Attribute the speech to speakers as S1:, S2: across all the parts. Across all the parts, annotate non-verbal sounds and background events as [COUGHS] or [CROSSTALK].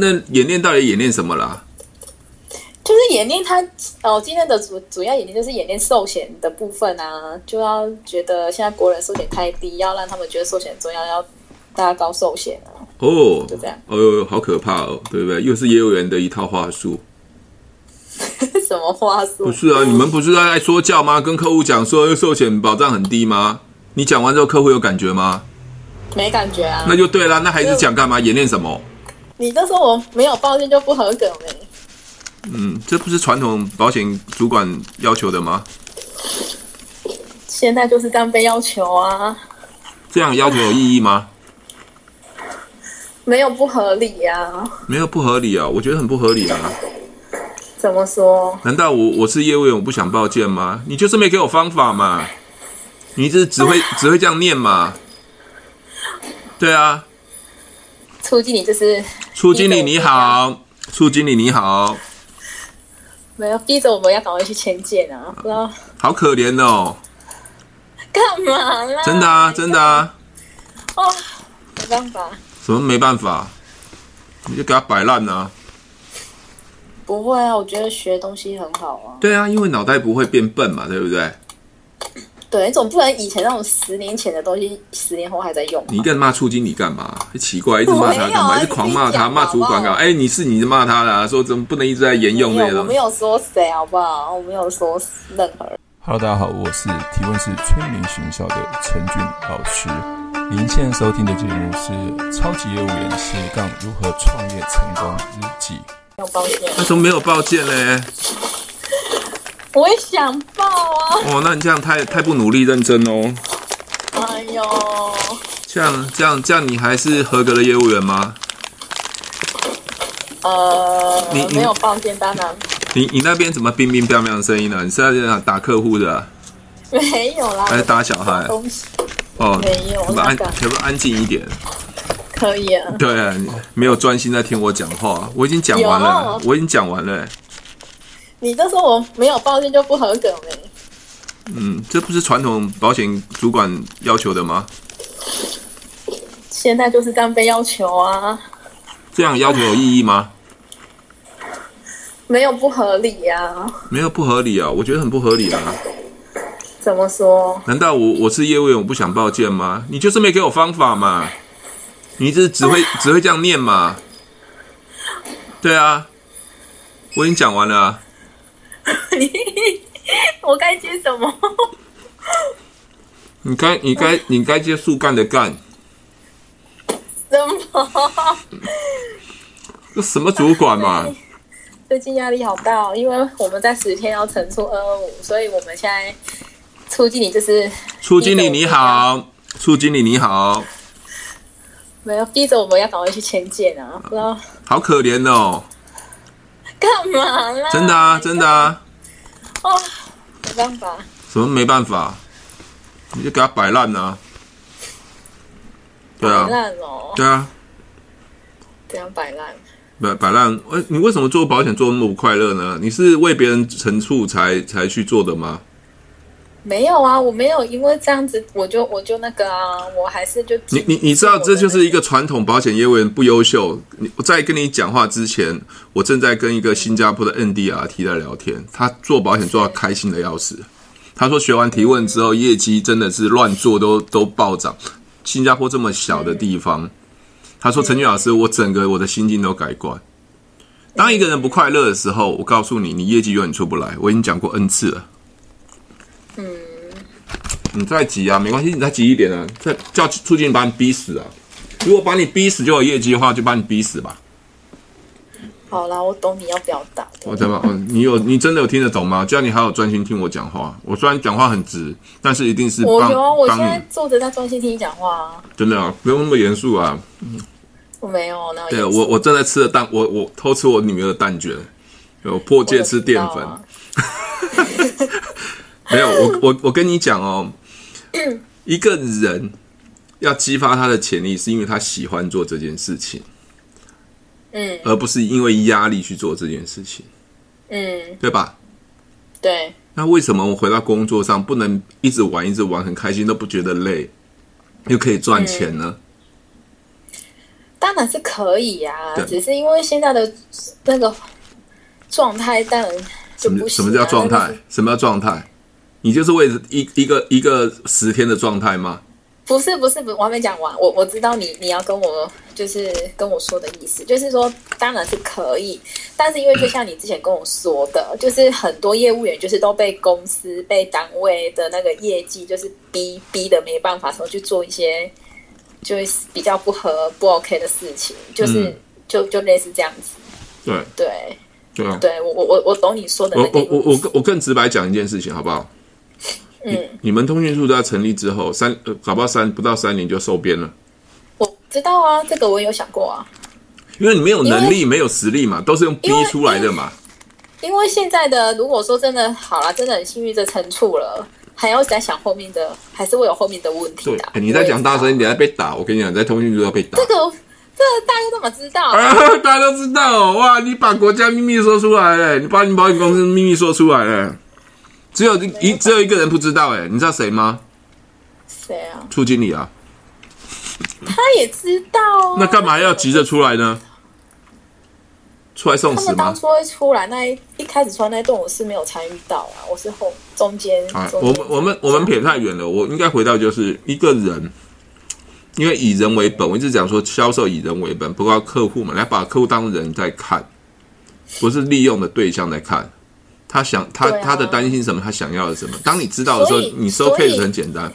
S1: 那演练到底演练什么啦？
S2: 就是演练它哦，今天的主主要演练就是演练寿险的部分啊，就要觉得现在国人寿险太低，要让他们觉得寿险重要，要大家高寿险啊， [LAUGHS]
S1: 哦，
S2: 就这样。
S1: 哦呦，好可怕哦，对不对？又是业务员的一套话术。
S2: 什么话术
S1: 不？是啊，你们不是在说教吗？跟客户讲说寿险保障很低吗？你讲完之后，客户有感觉吗？
S2: 没感觉啊。
S1: 那就对了，那还是讲干嘛？演练什么？
S2: 你这说我没有抱歉就不合格没？
S1: 嗯，这不是传统保险主管要求的吗？
S2: 现在就是这样被要求啊，
S1: 这样要求有意义吗？
S2: 没有不合理啊。
S1: 没有不合理啊，我觉得很不合理啊。
S2: 怎么说？
S1: 难道我我是业务员，我不想报件吗？你就是没给我方法嘛，你就是只会只会这样念嘛。对啊，
S2: 促进你就是
S1: 处经理你好，处经理你好，
S2: 没有逼着我们要赶快去签件啊，不知道
S1: 好可怜哦，
S2: 干嘛啦？
S1: 真的啊，真的啊，
S2: 哦，没办法，
S1: 什么没办法，你就给他摆烂啊。
S2: 不会啊，我觉得学东西很好啊。
S1: 对啊，因为脑袋不会变笨嘛，对不对？
S2: 对，你总不能以前那种十年前的东西，十年后还在用吧。
S1: 你一干嘛促经理干嘛？哎奇怪，一直骂他干
S2: 我没有啊
S1: 嘛？一直狂骂他，
S2: 你自己讲
S1: 骂主管干
S2: 好
S1: 嘛？
S2: 不好
S1: 哎，你是你骂他啦，说怎么不能一直在沿用
S2: 没
S1: 这
S2: 有，我
S1: 种
S2: 没。有说谁好不好？我没有说任何人。
S3: Hello，大家好，我是提问是催眠学校的陈俊老师。您现在收听的节目是《超级业务员斜杠如何创业成功日记》。
S2: 没有抱歉，
S1: 那怎么没有报件嘞？
S2: 我也想抱啊！
S1: 哦，那你这样太太不努力认真哦。
S2: 哎呦，
S1: 这样这样这样，你还是合格的业务员吗？
S2: 呃，
S1: 你你
S2: 没有抱歉，当然
S1: 你你那边怎么冰冰冰冰的声音啊呢？你是在打客户的啊，
S2: 没有啦。
S1: 还是打小孩？啊
S2: 东西
S1: 哦，
S2: 没有
S1: 可不可以安
S2: 那个
S1: 可不可以安静一点？
S2: 可以啊，
S1: 对啊，你没有专心在听我讲话，我已经讲完了，啊
S2: 有
S1: 我已经讲完了。欸
S2: 你这说我没有抱歉就不合格没？
S1: 嗯，这不是传统保险主管要求的吗？
S2: 现在就是这样被要求啊，
S1: 这样要求有意义吗？
S2: 没有不合理啊。
S1: 没有不合理啊，我觉得很不合理啊。
S2: 怎么说？ [LAUGHS]
S1: 难道我我是业务员，我不想报件吗？你就是没给我方法嘛，你就是只会只会这样念嘛。对啊，我已经讲完了、啊。
S2: 你我该接什么？ [LAUGHS]
S1: 你该你该你该接树干的干，
S2: 什么？
S1: 这什么主管嘛？
S2: 最近压力好大哦，因为我们在十天要乘出二二五，所以我们现在促进你就是
S1: 处经理你好，处经理你好，
S2: 没有逼着我们要赶快去签件啊，不知道
S1: 好可怜哦，
S2: 干嘛啦？
S1: 真的啊真的啊，
S2: 哦，没办法，
S1: 什么没办法，你就给他摆烂啊。对
S2: 摆
S1: 啊
S2: 烂哦，
S1: 对啊，
S2: 这样摆烂。
S1: 摆摆烂，哎、你为什么做保险做那么不快乐呢？你是为别人陈醋才才去做的吗？
S2: 没有啊，我没有，因为这样子我就我就那个啊，我还是就
S1: 你你你知道，这就是一个传统保险业务员不优秀。你我在跟你讲话之前，我正在跟一个新加坡的 NDRT 在聊天，他做保险做到开心的要死。他说学完提问之后，业绩真的是乱做都都暴涨。新加坡这么小的地方，他说陈俊老师，我整个我的心境都改观。当一个人不快乐的时候，我告诉你，你业绩永远出不来。我已经讲过 N 次了。你再急啊，没关系，你再急一点啊，再叫促进把你逼死啊。如果把你逼死就有业绩的话，就把你逼死吧。
S2: 好啦，我懂你要表达的。
S1: 我怎么？哦，你有你真的有听得懂吗？这样你还有专心听我讲话。我虽然讲话很直，但是一定是
S2: 我
S1: 帮
S2: 有啊，我
S1: 帮
S2: 现在
S1: 你，
S2: 坐着在专心听你讲话啊。
S1: 真的啊，不用那么严肃啊。
S2: 我没有，那
S1: 对啊我我正在吃的蛋，我我偷吃我女儿的蛋卷，有破戒吃淀
S2: 啊
S1: 粉。没有，我我我跟你讲哦，
S2: 嗯
S1: 一个人要激发他的潜力，是因为他喜欢做这件事情，
S2: 嗯
S1: 而不是因为压力去做这件事情，
S2: 嗯，
S1: 对吧？
S2: 对，
S1: 那为什么我回到工作上不能一直玩一直玩，很开心都不觉得累，又可以赚钱呢？
S2: 当然是可以啊
S1: 对，
S2: 只是因为现在的那个状态，当然
S1: 什
S2: 就
S1: 么
S2: 不
S1: 什
S2: 行啊、
S1: 么叫状
S2: 那
S1: 态
S2: 个是？
S1: 什么叫状态？你就是为了一一个一个十天的状态吗？
S2: 不是不是不是，我还没讲完。我我知道你你要跟我就是跟我说的意思，就是说当然是可以，但是因为就像你之前跟我说的，就是很多业务员就是都被公司被单位的那个业绩就是逼逼的没办法，时候去做一些就是比较不合不 OK 的事情，就是、
S1: 嗯
S2: 就就类似这样子。
S1: 对
S2: 对
S1: 对啊，
S2: 对，我我我我懂你说的那
S1: 我
S2: 个
S1: 我
S2: 意思
S1: 我我更我更直白讲一件事情，好不好？
S2: 嗯，
S1: 你们通讯处在成立之后，三呃，搞不好三不到三年就收编了，
S2: 我知道啊，这个我也有想过啊。
S1: 因为你没有能力，没有实力嘛，都是用逼
S2: 因为
S1: 出来的嘛。
S2: 因为现在的，如果说真的好啦，真的很幸运这成处了，还要再想后面的，还是会有后面的问题
S1: 对
S2: 的、，
S1: 哎你再讲大声一
S2: 点，
S1: 点，要被打。我跟你讲，你在通讯处要被打
S2: 这。个这个大家都怎么知道？
S1: 啊， [LAUGHS] 大家都知道哇！你把国家秘密说出来了，你把你保险公司秘密说出来了，只有一只有一个人不知道哎，你知道谁吗？
S2: 谁啊？
S1: 处经理啊，
S2: 他也知道啊。
S1: 那干嘛要急着出来呢？出来送
S2: 他
S1: 死
S2: 们当
S1: 吗？
S2: 初会出来，那一一开始穿那一段我是没有参与到啊，我是后中间。
S1: 哎，
S2: 中
S1: 我
S2: 间
S1: 们我们我们撇太远了，我应该回到就是一个人，因为以人为本，我一直讲说销售以人为本，不靠客户嘛，来把客户当人在看，不是利用的对象在看。他想他、
S2: 对啊
S1: 他的担心什么，他想要的什么。当你知道的时候
S2: 所以，
S1: 你收
S2: 所以
S1: case 很简单。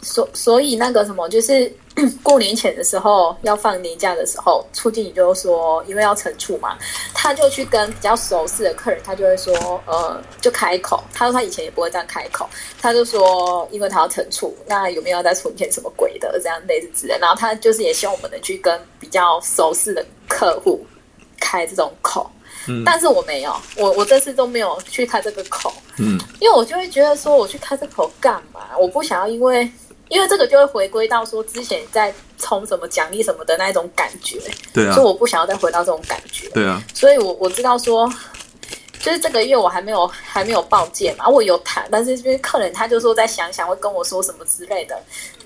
S2: 所所以那个什么，就是 [COUGHS] 过年前的时候要放年假的时候，促经理就说，因为要惩处嘛，他就去跟比较熟识的客人，他就会说，呃，就开口。他说他以前也不会这样开口，他就说，因为他要惩处，那有没有要再存钱什么鬼的这样类似之类的。然后他就是也希望我们能去跟比较熟识的客户开这种口，但是我没有，我我这次都没有去开这个口。
S1: 嗯，
S2: 因为我就会觉得说，我去开这口干嘛？我不想要，因为因为这个就会回归到说之前在冲什么奖励什么的那一种感觉，
S1: 对啊
S2: 所以，我不想要再回到这种感觉。
S1: 对啊，
S2: 所以我我知道说，就是这个月我还没有还没有报件嘛，我有谈，但是就是客人他就说再想想会跟我说什么之类的，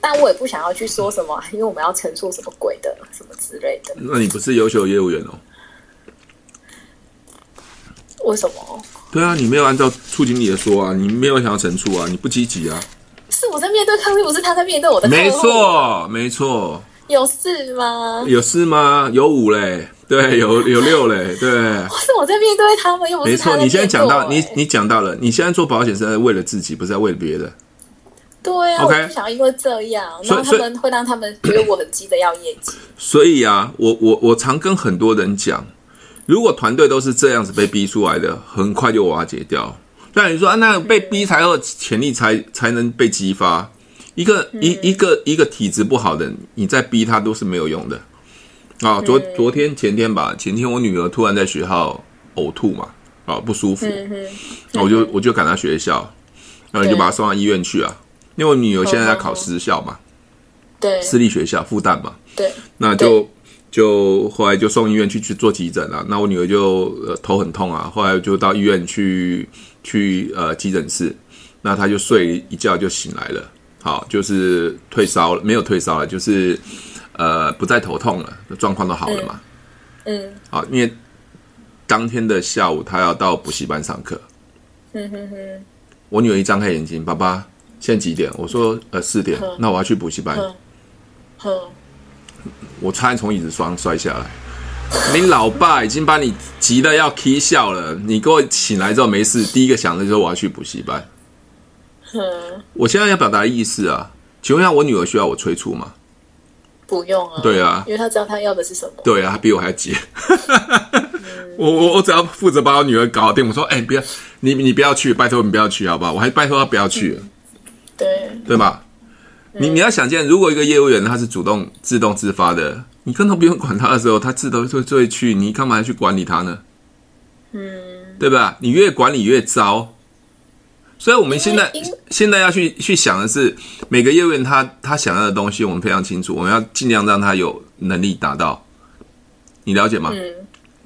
S2: 但我也不想要去说什么，因为我们要陈述什么鬼的什么之类的，
S1: 那你不是优秀业务员哦？
S2: 为什么？
S1: 对啊，你没有按照处经理的说啊，你没有想要惩处啊，你不积极啊。
S2: 是我在面对客户，不是他在面对我的客户，
S1: 没，错，没错。
S2: 有事吗？
S1: 有四吗？有五嘞，对，有有六嘞，对，
S2: [LAUGHS] 是我在面对他们，又不
S1: 没
S2: 是
S1: 错。
S2: 他在
S1: 你现在讲到
S2: 面
S1: 你
S2: 对我欸
S1: 你讲到了，你现在做保险是在为了自己，不是在为了别的。
S2: 对啊
S1: OK
S2: 我不想要因为这样，
S1: 所
S2: 然
S1: 以
S2: 后他们会让他们觉得我很急着要业绩。
S1: 所以啊，我我我常跟很多人讲，如果团队都是这样子被逼出来的，很快就瓦解掉。那你说啊，那被逼才有潜力才才能被激发。一个一一个一个体质不好的，你再逼他都是没有用的。啊，昨昨天前天吧，前天我女儿突然在学校呕吐嘛，啊不舒服，
S2: 嗯哼，
S1: 那我就我就赶到学校，然后就把她送到医院去啊。因为我女儿现在在考私校嘛，
S2: 对
S1: 私立学校复旦嘛，
S2: 哦对，
S1: 那就就后来就送医院去去做急诊了。那我女儿就呃头很痛啊，后来就到医院去去呃急诊室，那她就睡一觉就醒来了，好，就是退烧了，没有退烧了，就是呃不再头痛了，状况都好了嘛。
S2: 嗯
S1: 好，因为当天的下午她要到补习班上课，
S2: 嗯哼哼，
S1: 我女儿一张开眼睛，爸爸现在几点？我说呃四点
S2: 嗯，
S1: 那我要去补习班。
S2: 嗯哼，
S1: 我差点从椅子上摔下来。你老爸已经把你急得要 k 笑了，你给我醒来之后没事，第一个想的就是我要去补习班。
S2: 哼，
S1: 我现在要表达的意思啊，请问一下，我女儿需要我催促吗？
S2: 不用啊。
S1: 对啊
S2: 因为他知道他要的是什么。
S1: 对啊，她比我还急。 [LAUGHS] 我我我只要负责把我女儿搞定。我说，哎、不要，你你不要去，拜托你不要去，好不好？我还拜托她不要去。
S2: 对，
S1: 对吧？你你要想见，如果一个业务员他是主动、自动、自发的，你根本不用管他的时候，他自动就就会去，你干嘛还去管理他呢？嗯，对吧？你越管理越糟。所以我们现在
S2: 因为因为
S1: 现在要去去想的是，每个业务员他他想要的东西，我们非常清楚，我们要尽量让他有能力达到。你了解吗？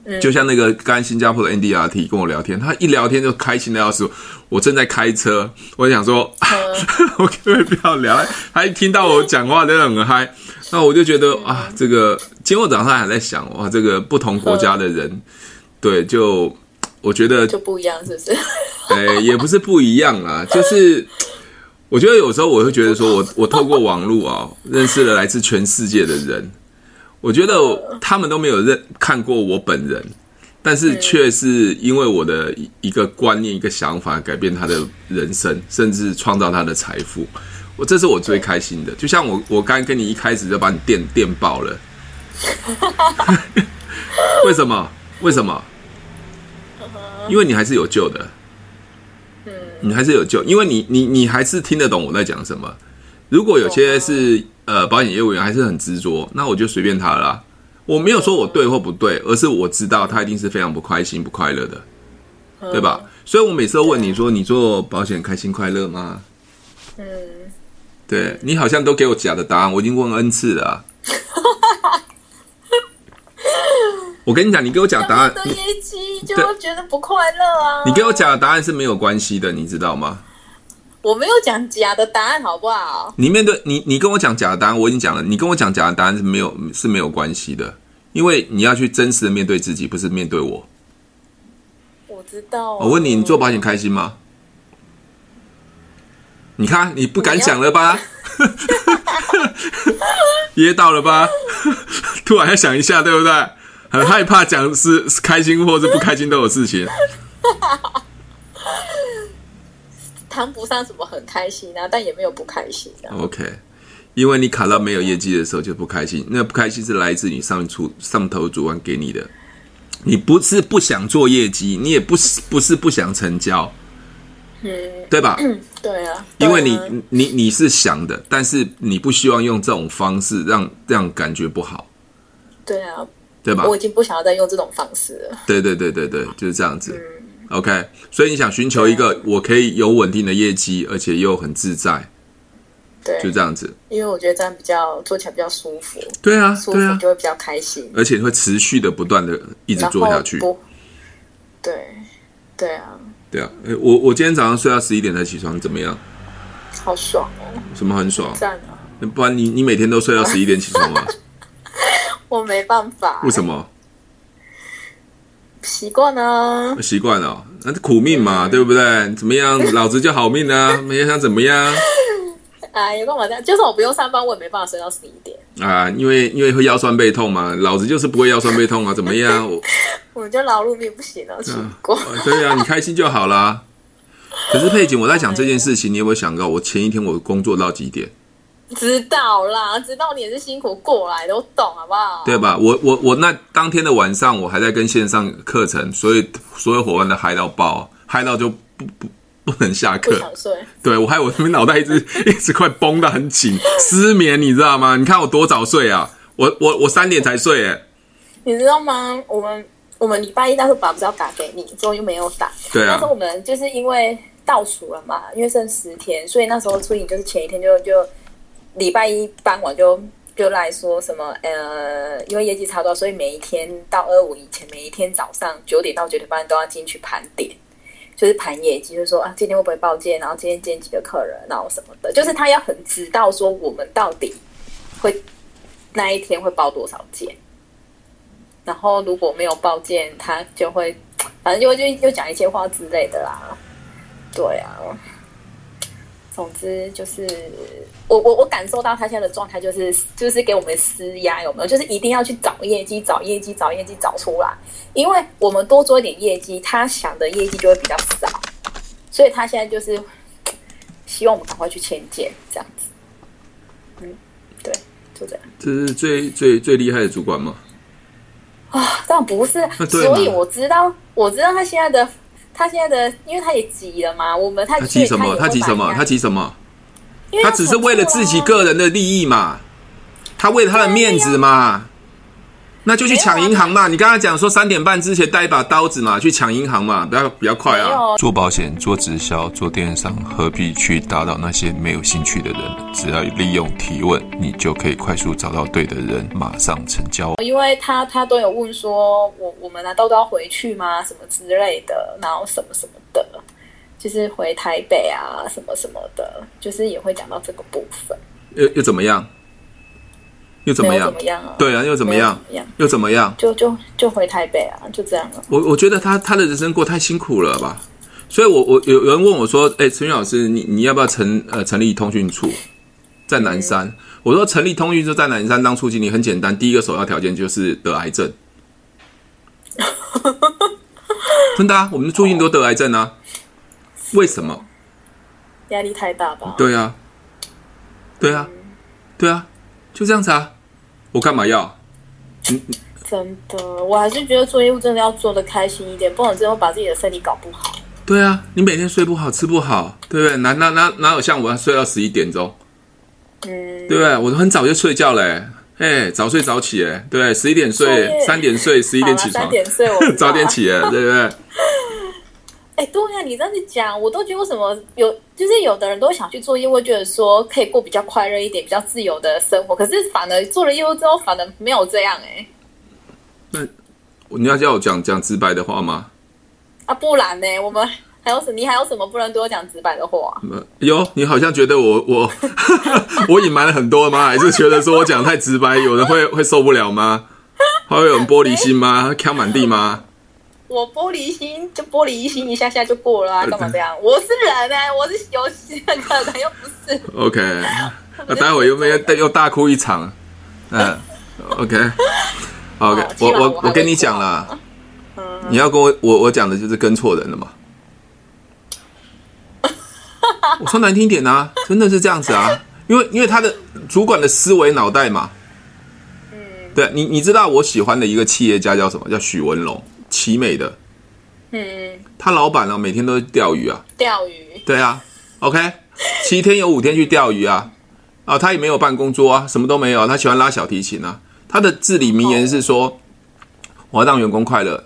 S2: 嗯，
S1: 就像那个刚才新加坡的 NDRT 跟我聊天，他一聊天就开心的要死。我正在开车，我想说， [LAUGHS]
S2: [LAUGHS]
S1: 我可不可以不要聊？他一听到我讲话就很嗨，那我就觉
S2: 嗯
S1: 得啊，这个今天我早上还在想，哇，这个不同国家的
S2: 嗯
S1: 人，对，就我觉得
S2: 就不一样，是不是？
S1: 哎，也不是不一样啦，就是我觉得有时候我会觉得说我，我透过网络啊，认识了来自全世界的人，我觉得他们都没有认看过我本人，但是却是因为我的一一个观念、一个想法，改变他的人生，甚至创造他的财富。我这是我最开心的，就像我我刚跟你一开始就把你电电爆了，为什么？为什么？因为你还是有救的。你还是有救，因为你你你还是听得懂我在讲什么。如果有些是呃保险业务员还是很执着，那我就随便他了啦。我没有说我对或不对，而是我知道他一定是非常不开心、不快乐的，
S2: 嗯
S1: 对吧？所以我每次都问你说，你做保险开心快乐吗？
S2: 嗯，
S1: 对你好像都给我假的答案，我已经问 n 次了啊、我跟你讲，你给我讲答
S2: [LAUGHS]
S1: 案，
S2: 的
S1: 你
S2: 业绩就会觉得不快乐啊！
S1: 你给我讲的答案是没有关系的，你知道吗？
S2: 我没有讲假的答案，好不好？
S1: 你面对你，你跟我讲假的答案，我已经讲了。你跟我讲假的答案是没有是没有关系的，因为你要去真实的面对自己，不是面对我。
S2: 我知道、啊
S1: 我问你，你做保险开心吗？你看，你不敢想了吧？ [LAUGHS] 噎到了吧？ [LAUGHS] 突然要想一下，对不对？很害怕讲是是开心或是不开心都有事情。
S2: 谈不上什么很开心啊，但也没有不开心啊。
S1: OK，因为你卡到没有业绩的时候就不开心，那不开心是来自你上处上头主管给你的。你不是不想做业绩，你也不是不是不想成交，
S2: 嗯，
S1: 对吧？
S2: 对啊，
S1: 因为你
S2: 对啊
S1: 你你是想的，但是你不希望用这种方式让让感觉不好，
S2: 对啊，
S1: 对吧？
S2: 我已经不想要再用这种方式了。
S1: 对对对对对，就是这样子。OK，所以
S2: 嗯
S1: 你想寻求一个我可以有稳定的业绩，而且又很自在，
S2: 对，
S1: 就这样子。
S2: 因为我觉得这样比较做起来比较舒服，
S1: 对啊，呃
S2: 舒
S1: 对
S2: 服
S1: 啊，
S2: 就会比较开心，
S1: 而且会持续的不断的一直
S2: 然后
S1: 做下去。
S2: 不，对，对啊，
S1: 对啊，诶我我今天早上睡到十一点才起床，怎么样？
S2: 好爽哦，
S1: 什么很爽？
S2: 赞啊！
S1: 不然你你每天都睡到十一点起
S2: [LAUGHS]
S1: 床吗？
S2: 我没办法，
S1: 为什么？
S2: 习惯啊，
S1: 习惯了哦，那是苦命嘛，
S2: 嗯
S1: 对不对？怎么样，老子就好命啊，没想怎么样
S2: 哎，有干嘛这样？就算我不用上班，我也没办法睡到十一点。
S1: 啊，因为因为会腰酸背痛嘛，老子就是不会腰酸背痛啊，怎么
S2: [LAUGHS]
S1: 样？我
S2: 我就劳碌命不行了，奇怪。 [LAUGHS]
S1: 啊对啊，你开心就好啦。可是佩锦，我在想这件事情，你有没有想到，我前一天我工作到几点，
S2: 知道啦，知道你也是辛苦过来的，我懂好不好？
S1: 对啊吧？我我我那当天的晚上，我还在跟线上课程，所以所有伙伴都嗨到爆，啊嗨到就不不不能下
S2: 不
S1: 课。
S2: 想睡，
S1: 对啊我还有我那边脑袋
S2: [LAUGHS]
S1: 一直一直快绷得很紧，失眠，你知道吗？你看我多早睡啊！我我我三点才睡，哎，
S2: 你知道吗？我们我们礼拜一那时候本来不是要打给你，结果又没有打。
S1: 对
S2: 那
S1: 啊
S2: 时候，我们就是因为倒数了嘛，因为剩十天，所以那时候初影就是前一天就就礼拜一傍晚就就来说什么呃，因为业绩超高，所以每一天到二五以前，每一天早上九点到九点半都要进去盘点。就是盘业绩，就是说啊，今天会不会报件，然后今天见几个客人，然后什么的，就是他要很知道说我们到底会那一天会报多少件，然后如果没有报件，他就会反正就会就又讲一些话之类的啦。对啊，总之就是我我我感受到他现在的状态就是就是给我们施压，有没有？就是一定要去找业绩，找业绩，找业绩，找出来。因为我们多做一点业绩，他想的业绩就会比较少，所以他现在就是希望我们赶快去签件这样子。嗯，对，就这样。
S1: 这是最最最厉害的主管嘛？
S2: 当然不是啊
S1: 那，对嘛
S2: 所以我知道，我知道他现在的，他现在的，因为他也急了嘛，我们他
S1: 他急什么？他急什么？他，急什么？ [LAUGHS] 他只
S2: 啊
S1: 是为了自己
S2: 个，
S1: 个人的利益嘛，他为了他的面子嘛，那就去抢
S2: 没有啊
S1: 银行嘛。你刚才讲说三点半之前带一把刀子嘛，去抢银行嘛，比较比较快
S2: 没
S1: 啊。
S2: 有，
S3: 做保险、做直销、做电商，何必去打扰那些没有兴趣的人？只要利用提问，你就可以快速找到对的人，马上成交。
S2: 因为他他都有问说，我我们难道都要回去吗？什么之类的，然后什么什么的，就是回台北啊，什么什么的，就是也会讲到这个部分。
S1: 又又怎么样？又怎么
S2: 没有
S1: 样
S2: 怎？么样啊？
S1: 对啊，又怎么样
S2: 没有怎么样？
S1: 又怎么样？
S2: 就就就回台北啊，就这样了。
S1: 我我觉得他他的人生过太辛苦了吧。所以我，我有有人问我说：“哎、陈宇老师，你你要不要成呃成立通讯处，在南山？”我说：“成立通讯处在南山当初经理很简单，第一个首要条件就是得癌症。真的啊，我们的住进都得癌症啊，为什么？
S2: 压力太大吧？
S1: 对啊，对啊，对啊，就这样子啊，我干嘛要？
S2: 真的，我还是觉得做业务真的要做的开心一点，不然真的会把自己的身体搞不好。
S1: 对啊，你每天睡不好，吃不好，对不对？哪哪哪哪有像我睡到十一点钟，
S2: 嗯，
S1: 对不对？我很早就睡觉嘞、哎、早睡早起、哎，对不对？十一点睡
S2: 对，
S1: 三点睡，十一
S2: 好
S1: 点
S2: 啦，
S1: 起
S2: 三
S1: 床，
S2: 点睡我知 [LAUGHS] 道啊
S1: [LAUGHS] 早点。起、哎，对不对？
S2: 哎、对呀、你这样子讲，我都觉得为什么有，就是有的人都会想去做业务，觉得说可以过比较快乐一点、比较自由的生活，可是反而做了业务之后，反而没有这样哎、
S1: 你要叫我讲讲直白的话吗？
S2: 啊，不然呢、我们还有什？你还有什么不能对我讲直白的话？
S1: 呃有，你好像觉得我我 [LAUGHS] 我隐瞒了很多吗？还是觉得说我讲太直白，有人会会受不了吗？还会有人玻璃心吗？敲满地吗？
S2: 我玻璃心就玻璃心一下下就过了啊，干嘛这样？我是人呢、我是游戏那个人，又不是
S1: OK，那待会又没有又大哭一场，嗯，OK，OK，、OK，
S2: 起
S1: 我
S2: 码我
S1: 我
S2: 还
S1: 我
S2: 会
S1: 跟你
S2: 哭
S1: 讲
S2: 啊
S1: 啦，你要跟我我我讲的就是跟错人了嘛。我说难听一点啊，真的是这样子啊，因为因为他的主管的思维脑袋嘛，嗯，对你你知道我喜欢的一个企业家叫什么？叫许文龙，奇美的，
S2: [LAUGHS] 嗯
S1: 他老板呢、每天都是钓鱼啊，
S2: 钓鱼。
S1: 对啊，OK，七天有五天去钓鱼啊，啊，他也没有办公桌啊，什么都没有，他喜欢拉小提琴啊。他的至理名言是说，我要让员工快乐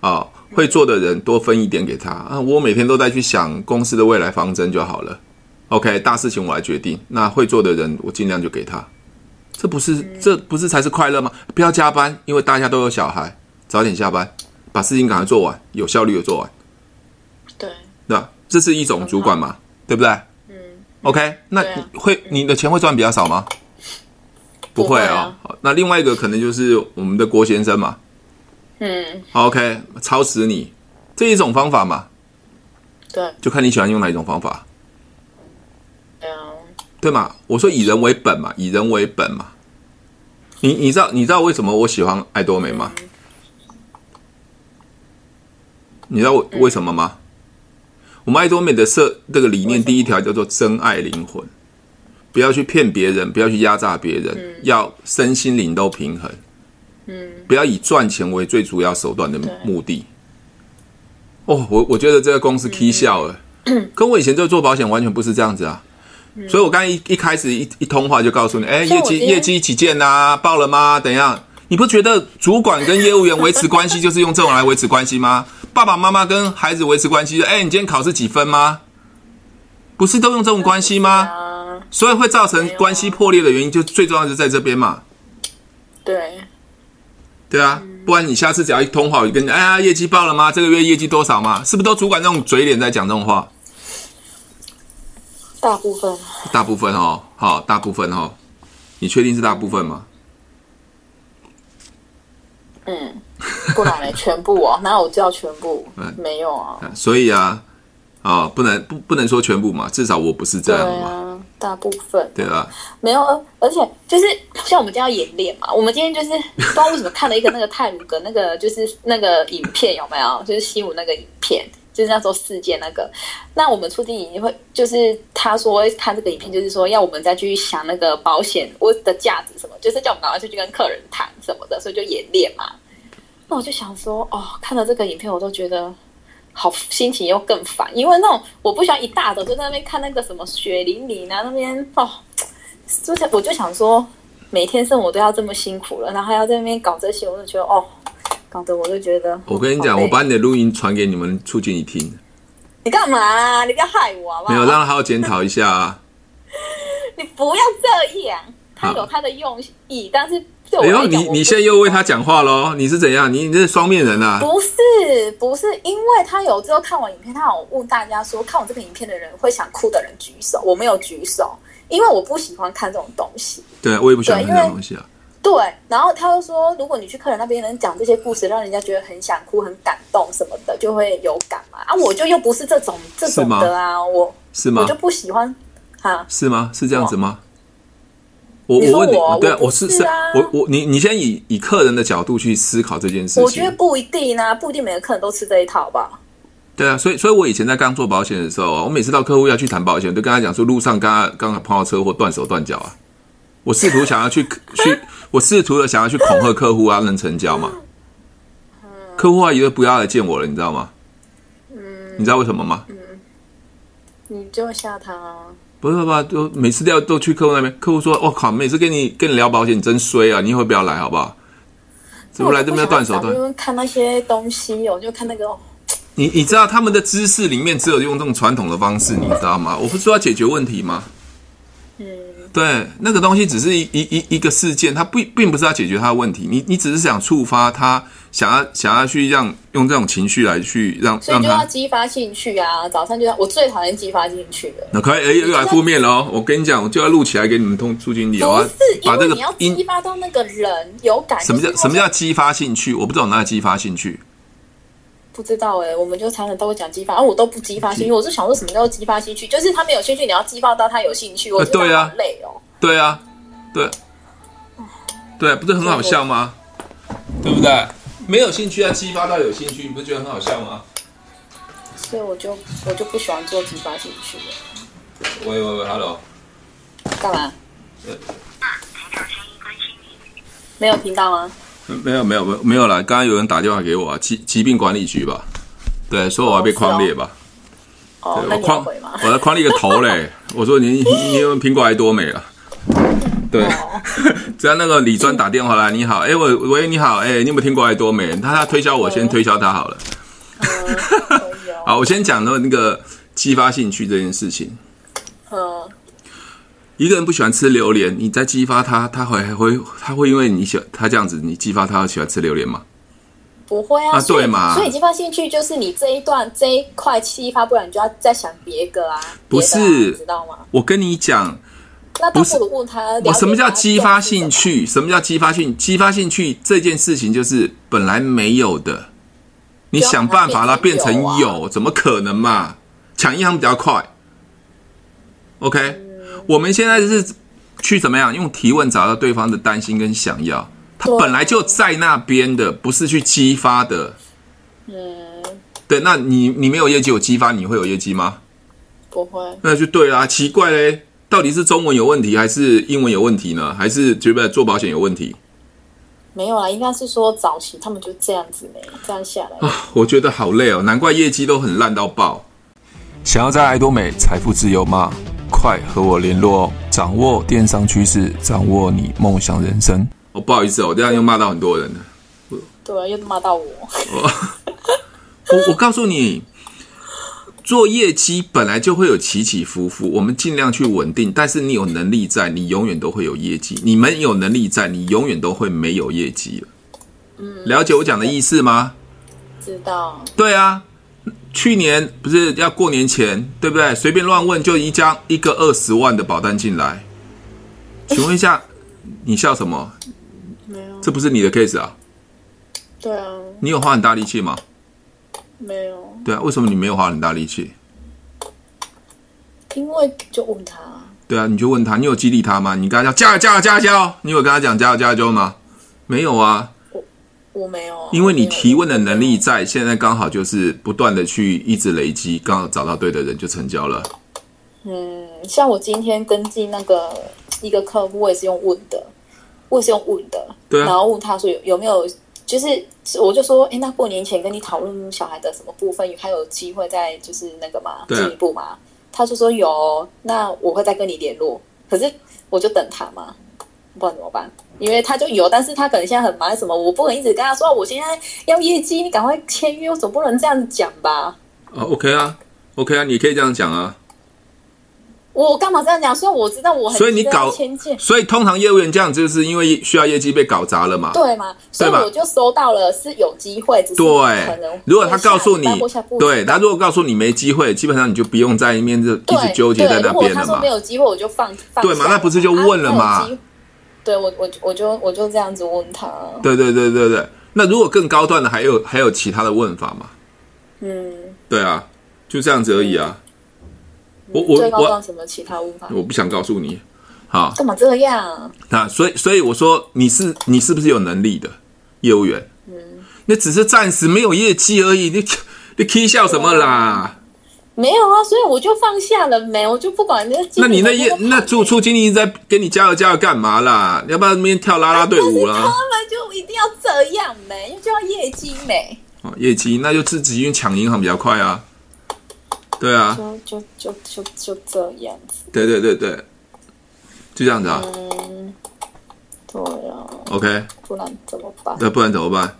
S1: 啊，会做的人多分一点给他啊。我每天都在去想公司的未来方针就好了。OK，大事情我来决定，那会做的人我尽量就给他。这不是这不是才是快乐吗？不要加班，因为大家都有小孩，早点下班，把事情赶快做完，有效率的做完。
S2: 对，
S1: 对吧？这是一种主管嘛，对不对？嗯。OK，那
S2: 对啊
S1: 你会你的钱会赚比较少吗？不会
S2: 不会
S1: 哦
S2: 啊。
S1: 好那另外一个可能就是我们的郭先生嘛
S2: 嗯
S1: ，OK，超死你这一种方法嘛，
S2: 对，
S1: 就看你喜欢用哪一种方法，
S2: 对啊，
S1: 对吗？我说以人为本嘛，以人为本嘛。你你知道你知道为什么我喜欢爱多美吗？你知道为为什么吗？我们爱多美的设这个理念，第一条叫做真爱灵魂，不要去骗别人，不要去压榨别人，要身心灵都平衡。嗯，不要以赚钱为最主要手段的目的。哦，我我觉得这个
S2: 嗯
S1: 公司 K 笑
S2: [CLEARS THROAT]
S1: 了，跟我以前在做保险完全不是这样子啊。所以我刚才一一开始一一通话就告诉你，哎，
S2: 嗯
S1: 业
S2: 像我
S1: 绩
S2: 今天
S1: 业绩几件啊，报了吗？怎样？你不觉得主管跟业务员维持关系就是用这种来维持关系吗？爸爸妈妈跟孩子维持关系，就哎，你今天考试几分吗？不是都用这种关系吗？
S2: 啊，
S1: 所以会造成关系破裂的原因，就最重要的是在这边嘛，
S2: 对，
S1: 对
S2: 嗯
S1: 啊，不然你下次只要一通话，我就跟你哎呀业绩报了吗？这个月业绩多少嘛？是不是都主管那种嘴脸在讲这种话？
S2: 大部分
S1: 大部分哦，好，大部分哦，你确定是大部分吗？
S2: 不然嘞，全部哦，哪有叫全部
S1: 嗯？
S2: 没有啊，
S1: 啊所以啊，啊，不能不不能说全部嘛，至少我不是这
S2: 对
S1: 样的嘛，
S2: 啊，大部分
S1: 对啊吧？
S2: 没有，而而且就是像我们今天要演练嘛，我们今天就是不知道为什么看了一个那个泰鲁格那个就是那个影片有没有？就是西武那个影片，就是那时候事件那个。那我们出第一会就是他说看这个影片，就是说要我们再去想那个保险我的价值什么，就是叫我们赶快出去跟客人谈什么的，所以就演练嘛。那我就想说，哦，看了这个影片我都觉得好心情又更烦，因为那种我不喜欢一大早就在那边看那个什么血淋淋啊，那边哦，就是我就想说，每天生活都要这么辛苦了，然后还要在那边搞这些，我就觉得哦，搞得我就觉得。
S1: 我跟你讲，
S2: 好累
S1: 我把你的录音传给你们促进你听，
S2: 你干嘛啊？你不要害
S1: [LAUGHS]
S2: 我好不好？
S1: 没有让他要检讨一下、啊。
S2: 你不要这样，他有他的用意，但是 [LAUGHS] 对我
S1: 哎
S2: 来讲
S1: 呦，，你
S2: 我
S1: 你
S2: 不
S1: 现在又为他讲话喽？你是怎样？你你是双面人啊？
S2: 不是不是，因为他有之后看完影片，他有问大家说，看我这个影片的人会想哭的人举手，我没有举手，因为我不喜欢看这种东西。
S1: 对，啊我也不喜欢
S2: 对
S1: 看这种
S2: 因为
S1: 东西啊。
S2: 对，然后他又说，如果你去客人那边能讲这些故事，让人家觉得很想哭、很感动什么的，就会有感嘛。啊，我就又不是这种这种
S1: 吗
S2: 的啊，我
S1: 是
S2: 我
S1: 吗
S2: 就？不喜欢啊。
S1: 是吗？是这样子吗？我
S2: 你说
S1: 问你
S2: 我，
S1: 对啊，
S2: 我
S1: 我
S2: 不
S1: 是
S2: 是啊
S1: 我我你你先以以客人的角度去思考这件事情。
S2: 我觉得不一定啊，不一定每个客人都吃这一套吧。
S1: 对啊，所以所以我以前在刚做保险的时候啊，我每次到客户要去谈保险，我就跟他讲说，路上刚刚刚好碰到车祸，断手断脚啊。我试图想要去去，我试图的想要去恐吓客户啊，能成交嘛？客户啊，以为不要来见我了，你知道吗？你知道为什么吗？
S2: 你就吓他、啊，
S1: 不是吧？都每次都要都去客户那边，客户说：“我哦靠，每次跟你跟你聊保险，你真衰啊！你以后不要来好不好？怎么来这边要断手断
S2: 我就会看那些东西，我就看那个
S1: 你你知道他们的知识里面只有用这种传统的方式，你知道吗？我不是说要解决问题吗？嗯，对，那个东西只是一一一一个事件，它不并不是要解决他的问题，你你只是想触发他，想要想要去让用这种情绪来去让
S2: 所以
S1: 让
S2: 就要
S1: 他。
S2: 激发兴趣啊！早上就要，我最讨厌激发兴趣的，
S1: 那可以，哎，又来负面了哦！我跟你讲，我就要录起来给你们通朱经理，我
S2: 不
S1: 要
S2: 是
S1: 啊把
S2: 因
S1: 这
S2: 为
S1: 个
S2: 你要
S1: 音
S2: 激发到那个人有感。
S1: 什么叫
S2: 就是
S1: 什么叫激发兴趣？我不懂哪里激发兴趣。
S2: 不知道哎、我们就常常都会讲激发，而、啊我都不激发兴趣，我是想说什么叫激发兴趣，就是他没有兴趣，你要激发到他有兴趣，我觉得
S1: 对啊
S2: 好累哦。
S1: 对啊，对，对，不是很好笑吗？对不对？没有兴趣啊，激发到有兴趣，你不觉得很好笑吗？
S2: 所以我就我就不喜欢做激发兴趣的，
S1: 喂喂喂，Hello，
S2: 干嘛？
S1: 呃
S2: 没有听到吗？
S1: 没有没有没有没有啦，刚刚有人打电话给我啊， [LAUGHS] 疾疾病管理局吧，对，说我要被框列吧，
S2: 哦，
S1: 对我
S2: 那你要
S1: 框 [LAUGHS]
S2: 回吗？
S1: 我要框列个头
S2: [LAUGHS]
S1: 嘞，我说你你你们苹果还多美啊，对。
S2: 哦，
S1: [LAUGHS] 只要那个李专打电话来，你好，哎、喂喂，你好，哎、你有没有听过爱多美？他他推销我，先推销他好了。
S2: 嗯可以哦，
S1: 好，我先讲到那个激发兴趣这件事情。
S2: 嗯，
S1: 一个人不喜欢吃榴莲，你再激发他，他会还会他会因为你喜他这样子，你激发他喜欢吃榴莲吗？
S2: 不会啊，
S1: 啊
S2: 所以
S1: 对嘛
S2: 所以激发兴趣就是你这一段这一块激发，不然你就要再想别个啊，
S1: 不
S2: 别的啊
S1: 是
S2: 你知道吗？
S1: 我跟你讲，
S2: 那倒
S1: 不是
S2: 不如问他，
S1: 我什么叫激发兴？趣？什么叫激发兴？激发兴趣这件事情就是本来没有的，你
S2: 就要
S1: 想
S2: 把它
S1: 办法让它变
S2: 变成
S1: 成
S2: 有啊
S1: 有，怎么可能嘛？抢银行比较快。OK，我们现在是去怎么样用提问找到对方的担心跟想要，它
S2: 对
S1: 本来就在那边的，不是去激发的。
S2: 嗯，
S1: 对，那你你没有业绩，我激发你会有业绩吗？
S2: 不会，
S1: 那就对啦，奇怪嘞，到底是中文有问题，还是英文有问题呢？还是觉得做保险有问题？ [LAUGHS]
S2: 没有啦，应该是说早期他们就这样子没，这样下来。
S1: 我觉得好累哦，难怪业绩都很烂到爆。
S3: 想要在爱多美财富自由吗？快和我联络哦！掌握电商趋势，掌握你梦想人生。
S1: 我、不好意思哦，我这样又骂到很多人了。
S2: 对啊，又骂到我，
S1: 我我告诉你，做业绩本来就会有起起伏伏，我们尽量去稳定。但是你有能力在，你永远都会有业绩；你们有能力在，你永远都会没有业绩。嗯，了解我讲的意思吗？
S2: 知道？
S1: 对啊，去年不是要过年前，对不对？随便乱问就一张一个二十万的保单进来，请问一下，你笑什么？
S2: 没有，
S1: 这不是你的 case 啊？
S2: 对啊，
S1: 你有花很大力气吗？
S2: 没有，
S1: 对啊，为什么你没有花很大力气？
S2: 因为就问他，
S1: 对啊，你就问他，你有激励他吗？你跟他讲加油加油加油加油，你有跟他讲加油加油加油吗？没有啊，
S2: 我没有啊，
S1: 因为你
S2: 我没有
S1: 提问的能力在，现在刚好就是不断的去一直累积，刚好找到对的人就成交了。
S2: 嗯，像我今天跟进那个一个客户，我也是用问的，我也是用问的，
S1: 对啊
S2: 然后问他说有有没有，就是我就说，哎，那过年前跟你讨论小孩的什么部分，还有机会再就是那个嘛，
S1: 对啊
S2: 进一步嘛？他就说有，那我会再跟你联络。可是我就等他嘛，不然怎么办？因为他就有，但是他可能现在很忙什么，我不能一直跟他说啊我现在要业绩，你赶快签约，我总不能这样讲吧？
S1: 啊，OK 啊，OK 啊，你可以这样讲啊。
S2: 我干嘛这样讲？虽然我知道我很
S1: 所以你
S2: 急着要
S1: 搞
S2: 签件，
S1: 所以通常业务员这样，就是因为需要业绩被搞砸了嘛。
S2: 对嘛？所以
S1: 对嘛
S2: 我就收到了是有机会，只是可能
S1: 对，如果他告诉你
S2: 下礼拜或下，不
S1: 对他如果告诉你没机会，基本上你就不用在一面就一直
S2: 对
S1: 纠结在
S2: 对
S1: 那
S2: 如果
S1: 边
S2: 他
S1: 了
S2: 说
S1: 嘛
S2: 没。有机会，我就放放
S1: 对嘛
S2: 下
S1: 那不是就
S2: 啊
S1: 问了
S2: 那有
S1: 嘛
S2: 机对我我我就我就这样子问他，
S1: 对对对对对，那如果更高段的，还有还有其他的问法嘛？
S2: 嗯，
S1: 对啊，就这样子而已啊。我我
S2: 最高
S1: 我
S2: 段什么其他问法？
S1: 我不想告诉你，好，
S2: 干嘛这样？
S1: 那所以所以我说你是你是不是有能力的业务员？
S2: 嗯
S1: 那只是暂时没有业绩而已，你
S2: 啊
S1: 你 k 笑什么啦？
S2: 没有啊，所以我就放下了没，我就不管那
S1: 那你那
S2: 业
S1: 业那
S2: 欸
S1: 住处经理一直在给你加油加油干嘛啦？要不要那边跳啦啦队啊舞
S2: 他
S1: 啦？
S2: 们就一定要这样没，因为就要业绩没，
S1: 哦，业绩那就自己去抢银行比较快啊。对啊，
S2: 就就就就就这样子，
S1: 对对对对，就这样子啊。
S2: 哦对啊，
S1: OK，
S2: 不然怎么办？
S1: 那不然怎么办？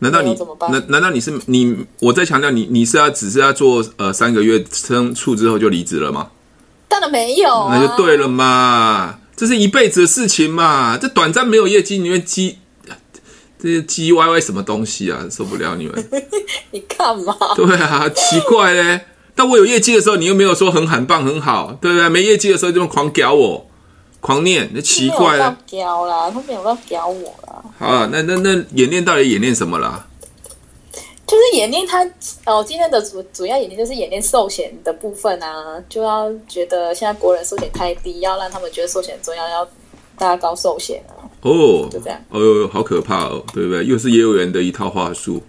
S1: 难道
S2: 没
S1: 你
S2: 有怎么办
S1: 难难道你是你？我在强调你你是要只是要做呃三个月升处之后就离职了吗？
S2: 当然没有、啊，
S1: 那就对了嘛，这是一辈子的事情嘛，这短暂没有业绩，你们鸡这些鸡歪歪什么东西啊，受不了你们。
S2: [LAUGHS] 你干嘛？
S1: 对啊，奇怪嘞。但我有业绩的时候，你又没有说很很棒很好，对不对？没业绩的时候就这么狂屌我，狂念，那奇怪了
S2: 他没。有要教啦，他没有要教我啦，
S1: 好了，那那那演练到底演练什么啦？
S2: 就是演练他哦，今天的主主要演练就是演练寿险的部分啊，就要觉得现在国人寿险太低，要让他们觉得寿险重要，要大家高寿险啊，
S1: 哦
S2: 就这样， [LAUGHS]
S1: 哦呦，好可怕哦，对不对？又是业务员的一套话术。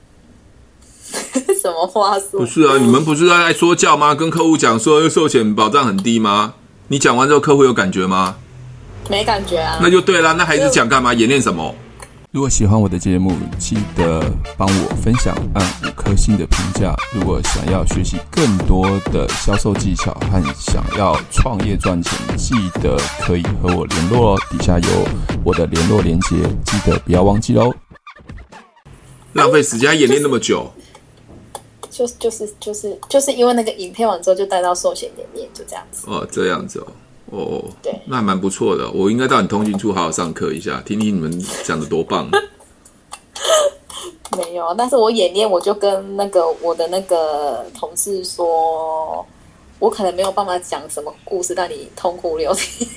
S2: 什么话术
S1: 不？是啊，你们不是在说教吗？跟客户讲说哎寿险保障很低吗？你讲完之后，客户有感觉吗？
S2: 没感觉啊
S1: 那。就对了，那还是讲干嘛？演练什么？
S3: 如果喜欢我的节目，记得帮我分享，按五颗星的评价。如果想要学习更多的销售技巧和想要创业赚钱，记得可以和我联络哦。底下有我的联络链接，记得不要忘记哦。
S1: 浪费时间，还演练那么久。
S2: 就就是就是就是因为那个影片完之后就带到寿险里面，就这样子。
S1: 哦，这样子哦，哦，
S2: 对
S1: 那还蛮不错的。我应该到你通勤处好好上课一下，听听你们讲的多棒。
S2: 没有，啊但是我演练我就跟那个我的那个同事说，我可能没有办法讲什么故事让你痛哭流涕，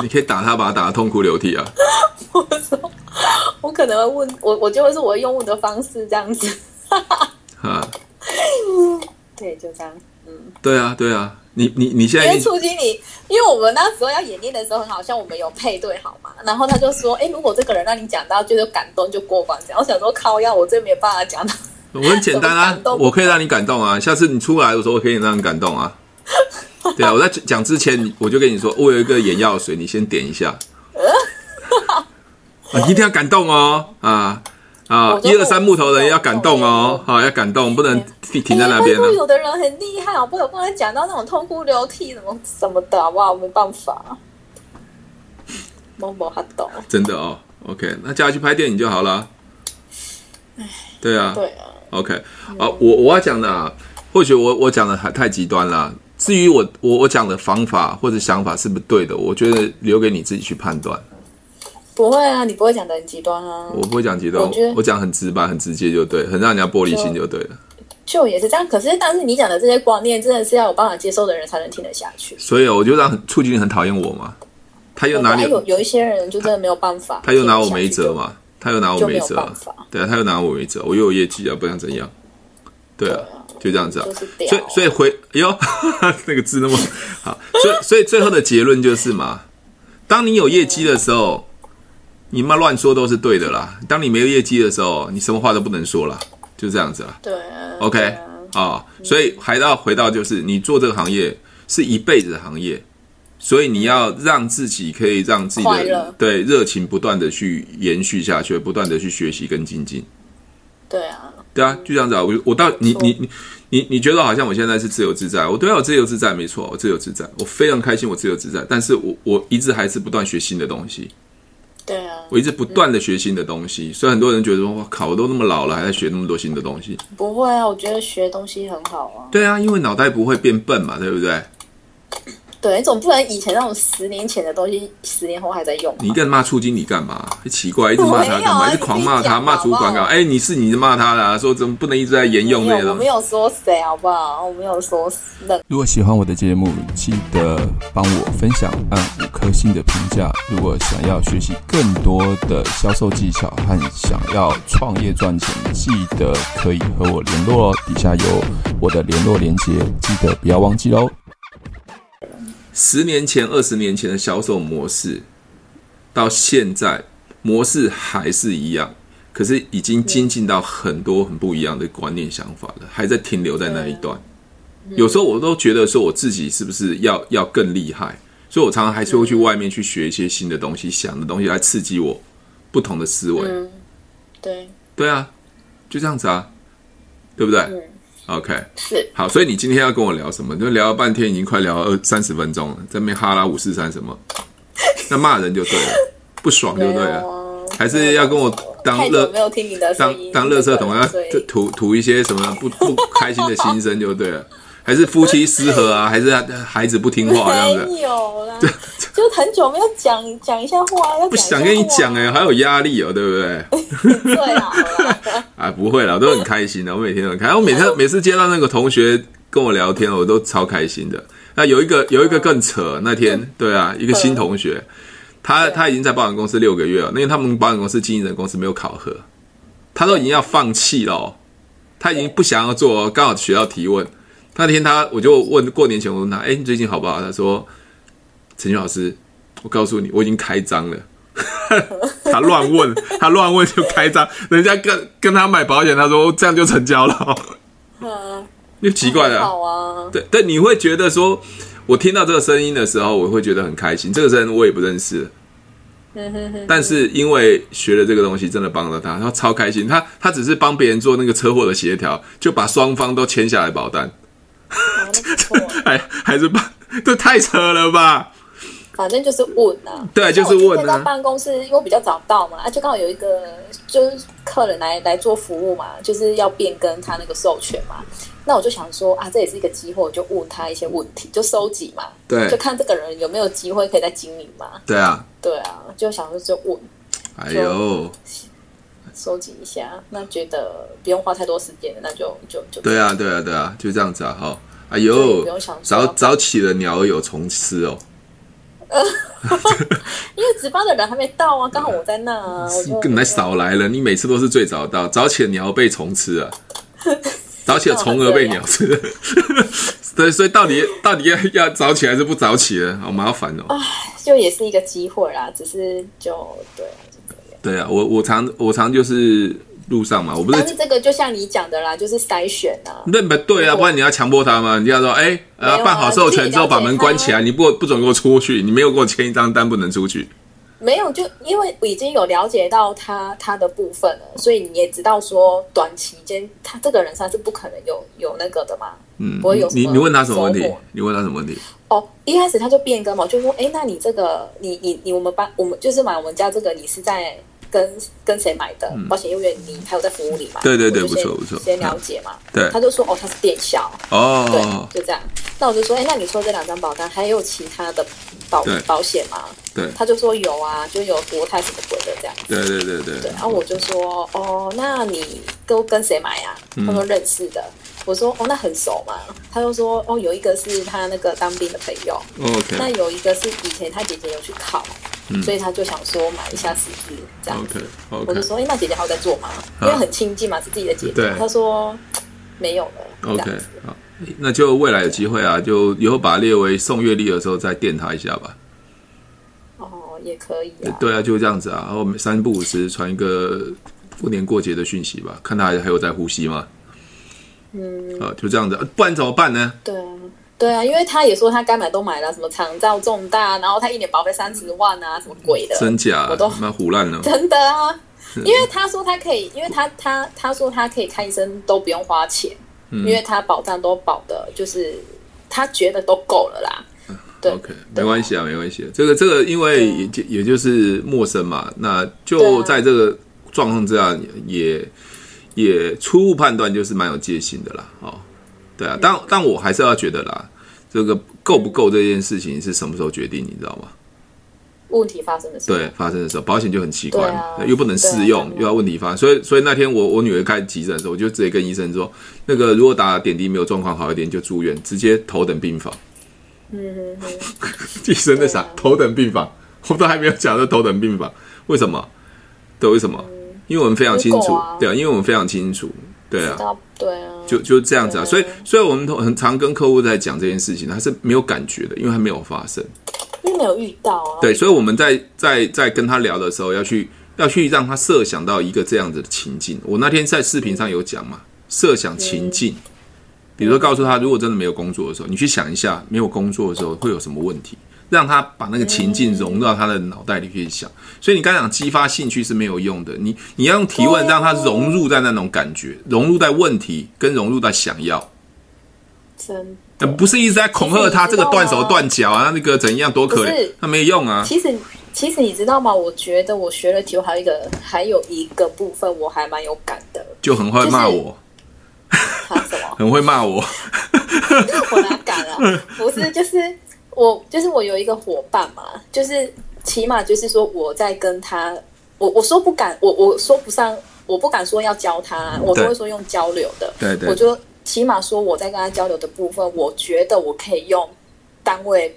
S1: 你可以打他，把他打得痛哭流涕啊！
S2: 我说 [LAUGHS] 我可能会问我我就会是我会用问的方式这样子，
S1: 啊，
S2: [LAUGHS] 对，就这样。
S1: 对啊，对啊，你你你现
S2: 因
S1: 在
S2: 为
S1: 已经
S2: 促经理，因为我们那时候要演练的时候，很好像我们有配对好嘛，然后他就说，哎、如果这个人让你讲到就是感动就过关这样，我想说靠要我这没有办法讲到，
S1: 我很简单
S2: 怎么感
S1: 啊，
S2: 动
S1: 我可以让你感动啊。下次你出来的时候，我可以让你感动啊。对啊，我在讲之前，你我就跟你说，我有一个眼药水，你先点一下。啊，你一定要感动哦！啊啊
S2: 我，就
S1: 一二三木头人要感动
S2: 我
S1: 哦
S2: 就！
S1: 好、要感动，不能停停在那
S2: 哎
S1: 边啊
S2: 拜
S1: 了、
S2: 托有的人很厉害，好不好？有办法讲到那种痛哭流涕什么什么的，好不好？我没办法，某某他懂，
S1: 真的哦，OK，那叫他去拍电影就好了。对啊
S2: 哎对啊，
S1: ，OK，啊，我我要讲的啊，或许我我讲的还太极端了。啊至于我我我讲的方法或者想法是不对的，我觉得留给你自己去判断。
S2: 不会啊，你不会讲的很极端啊，
S1: 我不会讲极端
S2: 我觉得，
S1: 我讲很直白、很直接就对，很让人家玻璃心就对了。
S2: 就也是这样。可是，但是你讲的这些观念，真的是要有办法接受的人才能听得下去。
S1: 所以啊我就让促进很讨厌我嘛，他又哪里
S2: 哎有有一些人就真的没有办法，
S1: 他又拿我没辙，嘛，他又拿我没
S2: 就
S1: 辙
S2: 没有
S1: 啊
S2: 办法，
S1: 对啊，他又拿我没辙，我又有业绩啊，不想怎样，对啊，就这样子啊
S2: 就是，屌
S1: 所以所以回哎呦， [LAUGHS] 那个字那么好，所以所以最后的结论就是嘛，当你有业绩的时候，你妈乱说都是对的啦；当你没有业绩的时候，你什么话都不能说啦，就这样子啊
S2: 对啊
S1: ，OK
S2: 对
S1: 啊、
S2: 啊
S1: 所以还要回到就是你做这个行业是一辈子的行业，所以你要让自己可以让自己
S2: 快
S1: 的
S2: 乐
S1: 对热情不断的去延续下去，不断的去学习跟精进。
S2: 对啊，
S1: 对啊，就这样子啊。我我到你你你你你觉得好像我现在是自由自在，我对啊，我自由自在没错，我自由自在，我非常开心，我自由自在。但是我我一直还是不断学新的东西，
S2: 对啊，
S1: 我一直不断的学新的东西。所以很多人觉得说，哇靠，我都那么老了，还在学那么多新的东西。
S2: 不会啊，我觉得学东西很好啊。
S1: 对啊，因为脑袋不会变笨嘛，对不对？
S2: 对，你总不能以前那种十年前的东西，十年后还在用吧。
S1: 你一个人骂出经理干嘛？哎奇怪，一直骂他干
S2: 我没有
S1: 嘛？
S2: 啊
S1: 一直狂骂
S2: 你自己
S1: 他，
S2: 讲
S1: 骂主管干
S2: 好
S1: 嘛？
S2: 不好
S1: 哎，你是你骂他啦、说怎么不能一直在沿用那
S2: 没
S1: 个
S2: 有，我
S1: 东
S2: 没
S1: 西？
S2: 有说谁，好不好？我没有说冷
S3: 如果喜欢我的节目，记得帮我分享，按五颗星的评价。如果想要学习更多的销售技巧和想要创业赚钱，记得可以和我联络哦。底下有我的联络连接，记得不要忘记喽。
S1: 十年前、二十年前的销售模式，到现在模式还是一样，可是已经精进到很多很不一样的观念想法了，还在停留在那一段。有时候我都觉得说，我自己是不是要要更厉害？所以我常常还是会去外面去学一些新的东西、想的东西来刺激我不同的思维。
S2: 嗯，对，
S1: 对啊，就这样子啊，对不对、o k
S2: 是
S1: 好，所以你今天要跟我聊什么？就聊了半天，已经快聊了二三十分钟了，在那边哈拉五四三什么，那骂人就对了，不爽就
S2: 没
S1: 对
S2: 有 [LAUGHS]
S1: 了，
S2: 啊。
S1: 还是要跟我当
S2: 太久
S1: 乐
S2: 没有听你的声
S1: 当
S2: 音，
S1: 当垃圾桶要啊
S2: 所以
S1: 吐吐吐一些什么不不开心的心声就对了，还是夫妻失和啊，还是孩子不听话这样子，
S2: 没有啦，就很久没有讲讲一下话，要
S1: 不
S2: 不
S1: 想跟你讲哎、还有压力哦，对不对？
S2: 对啦，
S1: [LAUGHS]
S2: 好啦
S1: 啊，不会啦，我都很开心的，我每天都很开心。啊我每天每次接到那个同学跟我聊天，我都超开心的。那有一个有一个更扯，那天对啊，一个新同学，他他已经在保险公司六个月了，因为他们保险公司经纪人公司没有考核，他都已经要放弃了、哦，他已经不想要做哦，刚好学到提问。那天他我就问过年前我问他，哎，你最近好不好？他说，陈俊老师，我告诉你，我已经开张了。他乱问，他乱问就开张，人家跟跟他买保险，他说这样就成交了哦，
S2: 嗯，
S1: 就奇怪
S2: 很
S1: 了。
S2: 好啊，
S1: 对，但你会觉得说，我听到这个声音的时候，我会觉得很开心。这个人我也不认识，但是因为学了这个东西，真的帮了他，他超开心。他他只是帮别人做那个车祸的协调，就把双方都签下来保单，
S2: 好那不错，
S1: 还还是帮，这太扯了吧？
S2: 反正就是问啊，
S1: 对就是
S2: 像我
S1: 问啊
S2: 今天到办公室，因为我比较早到嘛，啊，就刚好有一个就是客人来来做服务嘛，就是要变更他那个授权嘛，那我就想说啊，这也是一个机会，我就问他一些问题，就收集嘛，
S1: 对
S2: 就看这个人有没有机会可以再经营嘛，
S1: 对啊，
S2: 对啊，就想说就问
S1: 哎呦，
S2: 收集一下，那觉得不用花太多时间，那就就就
S1: 对啊，对啊，对啊，就这样子啊，哈，哎
S2: 所以
S1: 呦
S2: 不用想，说
S1: 早早起的鸟儿有虫吃哦。
S2: 因为值班的人还没到啊，刚好我在那啊，我就
S1: 嗯你来少来了，你每次都是最早到，早起的鸟被虫吃
S2: [LAUGHS]
S1: 啊，早起的虫儿被鸟
S2: 啊
S1: 吃。 [LAUGHS] 对，所以到底到底要要早起还是不早起呢？好麻烦哦。
S2: 就也是一个机会啦，只是就对啊，就这样。
S1: 对啊，我我常我常就是路上嘛，我不是
S2: 但是这个就像你讲的啦，就是筛选啊，
S1: 那不对啊，不然你要强迫他吗？你要说，哎、呃，
S2: 没有啊
S1: 办好授权之后把门关起来，你不
S2: 啊
S1: 不准给我出去，你没有给我签一张单，不能出去。
S2: 没有就因为已经有了解到他他的部分了，所以你也知道说短期间他这个人他是不可能有有那个的嘛，嗯不会有什么
S1: 你你问他什么问
S2: 收
S1: 题
S2: 获？
S1: 你问他什么问题？
S2: 哦，一开始他就变更嘛，就说，哎，那你这个，你你你，我们班，我们就是买我们家这个，你是在跟跟谁买的？保险业务员，你还有在服务里嘛？
S1: 嗯对对对
S2: 我就先
S1: 不错不错
S2: 先了解嘛。
S1: 对
S2: 他就说，哦，他是电销，对
S1: 哦，，
S2: 就这样。那我就说，哎，那你说这两张保单还有其他的保
S1: 对
S2: 保险吗？
S1: 对
S2: 他就说有啊，就有国泰什么鬼的这样。
S1: 对对对对
S2: 对，然后我就说，哦，那你都跟谁买呀、
S1: 嗯
S2: 他说认识的。我说，哦，那很熟嘛。他就说，哦，有一个是他那个当兵的朋友。那
S1: ，OK
S2: 有一个是以前他姐姐有去考，所以他就想说买一下试试这样。
S1: 嗯 OK
S2: 我
S1: OK
S2: 就说，哎、那姐姐还有在做吗？
S1: 啊
S2: 因为很亲近嘛，是自己的姐姐
S1: 对。
S2: 他说嘖没有了。这
S1: OK
S2: 样子
S1: 好，那就未来有机会啊，就以后把它列为送阅历的时候再电他一下吧。
S2: 哦，也可以啊。
S1: 对啊，就这样子啊，然后每三不五时传一个过年过节的讯息吧，看他还有在呼吸吗？嗯，啊，就这样子，啊不然怎么办呢？
S2: 对啊，对啊，因为他也说他该买都买了，什么长照重大，然后他一年保费三十万啊，什么鬼的，
S1: 真假
S2: 我都，
S1: 那胡烂了。
S2: 真的啊。因为他说他可以，因为他他他说他可以看医生都不用花钱，
S1: 嗯
S2: 因为他保障都保的，就是他觉得都够了啦。对
S1: OK，没
S2: 对啊
S1: 关系啊，没关系。这个这个，因为也就也就是陌生嘛，那
S2: 对
S1: 就
S2: 啊
S1: 在这个状况之下，也也初步判断就是蛮有戒心的啦。哦，对啊，但但我还是要觉得啦，这个够不够这件事情是什么时候决定，你知道吗？
S2: 问题发生的时候，
S1: 对，发生的时候，保险就很奇怪，
S2: 对啊
S1: 又不能试用，
S2: 对啊
S1: 又要问题发生。所以，所以那天我我女儿开急诊的时候，我就直接跟医生说，那个如果打点滴没有状况好一点，就住院，直接头等病房。 [LAUGHS] 嗯，医生在
S2: 嗯对
S1: 啥
S2: 啊？
S1: 头等病房，我都还没有讲到头等病房，为什么？对，为什么？因为我们非常清
S2: 如
S1: 楚，
S2: 果嗯啊
S1: 对啊，因为我们非常清楚，对啊
S2: 知，道对啊，
S1: 就就这样子啊。所
S2: 对
S1: 以，所以我们都很常跟客户在讲这件事情，他是没有感觉的，因为还没有发生。
S2: 因为没有遇到啊。
S1: 对，所以我们在在在跟他聊的时候，要去要去让他设想到一个这样子的情境。我那天在视频上有讲嘛，设想情境，比如说告诉他，如果真的没有工作的时候，你去想一下，没有工作的时候会有什么问题，让他把那个情
S2: 嗯
S1: 境融到他的脑袋里去想。所以你刚才讲激发兴趣是没有用的，你你要用提问
S2: 对啊
S1: 让他融入在那种感觉，融入在问题跟融入在想要。
S2: 真
S1: 呃不是一直在恐吓他这个断手断脚啊，那个怎样多可
S2: 不
S1: 怜
S2: 是，
S1: 那没用啊。
S2: 其实，其实你知道吗？我觉得我学了体育，还有一个还有一个部分我还蛮有感的。
S1: 就很会骂
S2: 就是
S1: 我，
S2: 他什么？
S1: 很会骂我。
S2: [LAUGHS] 我哪敢
S1: [LAUGHS]
S2: 啊？不是，就是我，就是我有一个伙伴嘛，就是起码就是说我在跟他，我我说不敢，我我说不上，我不敢说要教他，我都
S1: 对
S2: 会说用交流的。
S1: 对对
S2: 我就起码说我在跟他交流的部分，我觉得我可以用单位，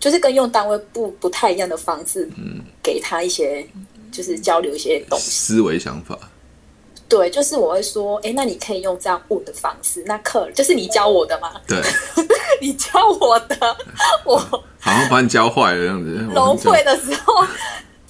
S2: 就是跟用单位不不太一样的方式，
S1: 嗯
S2: 给他一些就是交流一些东西。
S1: 思维想法，
S2: 对，就是我会说，哎，那你可以用这样问的方式，那客人就是你教我的嘛，
S1: 对，
S2: 你教我的，
S1: [LAUGHS]
S2: 我
S1: 好像把你教坏了这样
S2: [LAUGHS]
S1: 子。
S2: 融
S1: 我
S2: 会
S1: 们
S2: 的时候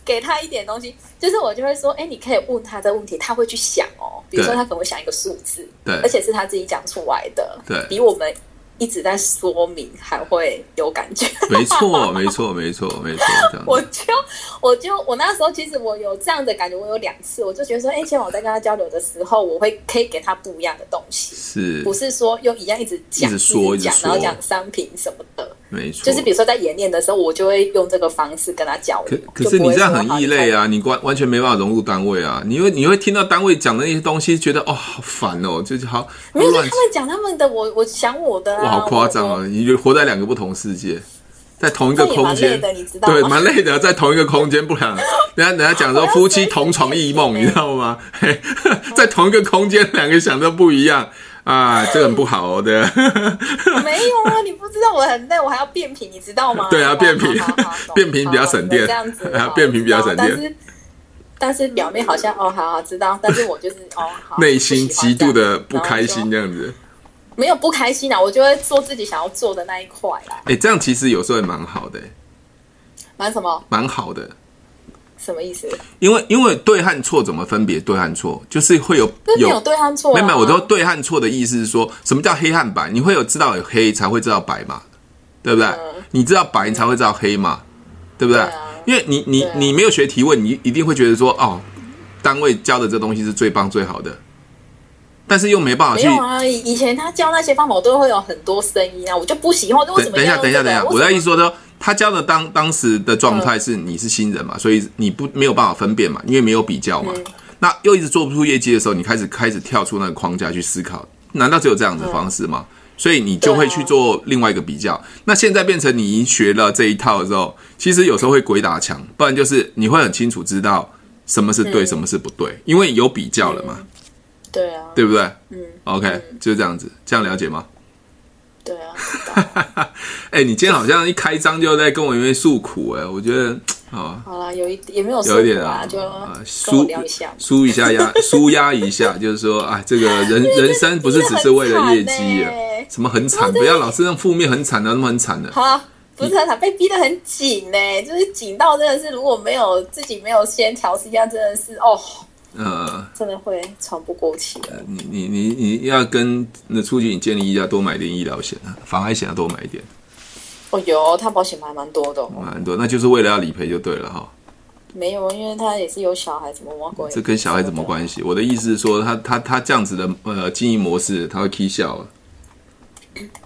S2: 给他一点东西，就是我就会说，哎，你可以问他这个问题，他会去想哦。比如说
S1: 对
S2: 他可能会想一个数字，
S1: 对
S2: 而且是他自己讲出来的，
S1: 对
S2: 比我们一直在说明还会有感觉。
S1: 讲没错，没错，没错，没错，这样
S2: [LAUGHS] 我
S1: 子。
S2: 就我就我那时候其实我有这样的感觉，我有两次，我就觉得说，哎，今晚我在跟他交流的时候，我会可以给他不一样的东西，
S1: 是
S2: 不是说用一样一直讲、
S1: 一直说
S2: 讲
S1: 一直，说
S2: 然后讲商品什么的。
S1: 没错，
S2: 就是比如说在演练的时候，我就会用这个方式跟他交
S1: 可
S2: 流。
S1: 可是你这样很异类
S2: 啊！
S1: 啊，你完完全没办法融入单位啊，你会你会听到单位讲的那些东西，觉得哦好烦哦，就是好
S2: 没有，就
S1: 乱
S2: 他，们讲他们的，我我想我的、啊，
S1: 哇好夸张
S2: 我！
S1: 啊！你就活在两个不同世界，在同一个
S2: 这也蛮
S1: 空间
S2: 累的你知，道吗
S1: 对，蛮累的，在同一个空间，不
S2: [LAUGHS]
S1: 然人家人家讲说
S2: 我要
S1: 夫妻
S2: 随时
S1: 同床异梦，
S2: 随
S1: 你
S2: 时
S1: 知道吗？ [LAUGHS] 嘿在同一个空间，两个想的不一样啊，这个很不好哦，
S2: [LAUGHS]
S1: 对。？
S2: 我 [LAUGHS] 没有啊，你不知道我很累，我还要变频，你知道吗
S1: 对啊
S2: 好
S1: 变频
S2: 好好好好懂
S1: 变频比较省电，
S2: 好这样子
S1: [LAUGHS] 变频比较省电
S2: 好但是但是表面好像哦，好好知道，但是我就是哦，好
S1: 内心
S2: 不喜欢
S1: 极度的不
S2: 这样
S1: 开心
S2: 然后
S1: 这样子。
S2: 就没有不开心啊，我就会做自己想要做的那一块啦。
S1: 哎、这样其实有时候也蛮好的、
S2: 蛮什么
S1: 蛮好的。
S2: 什么意思？
S1: 因为因为对和错怎么分别对和错，就是会有
S2: 那没有对他错、啊，
S1: 没有没有，我说对和错的意思是说什么叫黑和白？你会有知道有黑才会知道白嘛，对不对？
S2: 嗯
S1: 你知道白你才会知道黑嘛，对不对？
S2: 对啊
S1: 因为你你、
S2: 对啊
S1: 你没有学提问，你一定会觉得说哦，单位教的这东西是最棒最好的，但是又没办法
S2: 没
S1: 去。
S2: 有啊，以以前他教那些方法，我都会有很多声音啊，我就不喜欢。为什
S1: 等
S2: 么
S1: 等一下，
S2: 要用
S1: 等一下，
S2: 这个
S1: 等一下，我
S2: 为什
S1: 在
S2: 么
S1: 意思说呢，他教的当当时的状态是你是新人
S2: 嗯
S1: 嘛，所以你不没有办法分辨嘛，因为没有比较嘛。那又一直做不出业绩的时候，你开始开始跳出那个框架去思考，难道只有这样子的方式吗？
S2: 嗯
S1: 所以你就会去做另外一个比较。那现在变成你已经学了这一套之后，其实有时候会鬼打墙，不然就是你会很清楚知道什么是对，什么是不对，因为有比较了嘛，
S2: 嗯对啊，
S1: 对不对？嗯，OK，就是这样子，这样了解吗？
S2: 对啊，
S1: 哎、你今天好像一开张就在跟我因为诉苦哎、我觉得啊，
S2: 好啦，有一也没有
S1: 有一点
S2: 说过
S1: 啊，
S2: 啦，就
S1: 啊
S2: 哦跟我
S1: 舒
S2: 聊一下。
S1: 舒一下
S2: [LAUGHS]
S1: 压，舒压一下，就是说啊，这个人人生不是只是为了业绩啊
S2: 真的很惨欸
S1: 什么很惨，
S2: 我真的
S1: 不要老是让负面很惨的，那么很惨的，
S2: 好啊，不是很惨，被逼得很紧呢、就是紧到真的是，如果没有自己没有先调试一下，真的是哦，
S1: 呃，
S2: 真的会喘不过气的。
S1: 你你你你要跟那促进你建立一下，多买点医疗险啊，防癌险要多买一点，
S2: 哦，有他保险买蛮多的、哦，
S1: 买很多，那就是为了要理赔就对了哈。
S2: 没有，因为他也是有小孩，怎么挖过？
S1: 这跟小孩怎么关系？我的意思是说，他他他这样子的呃经营模式，他会 k 笑啊。
S2: 嗯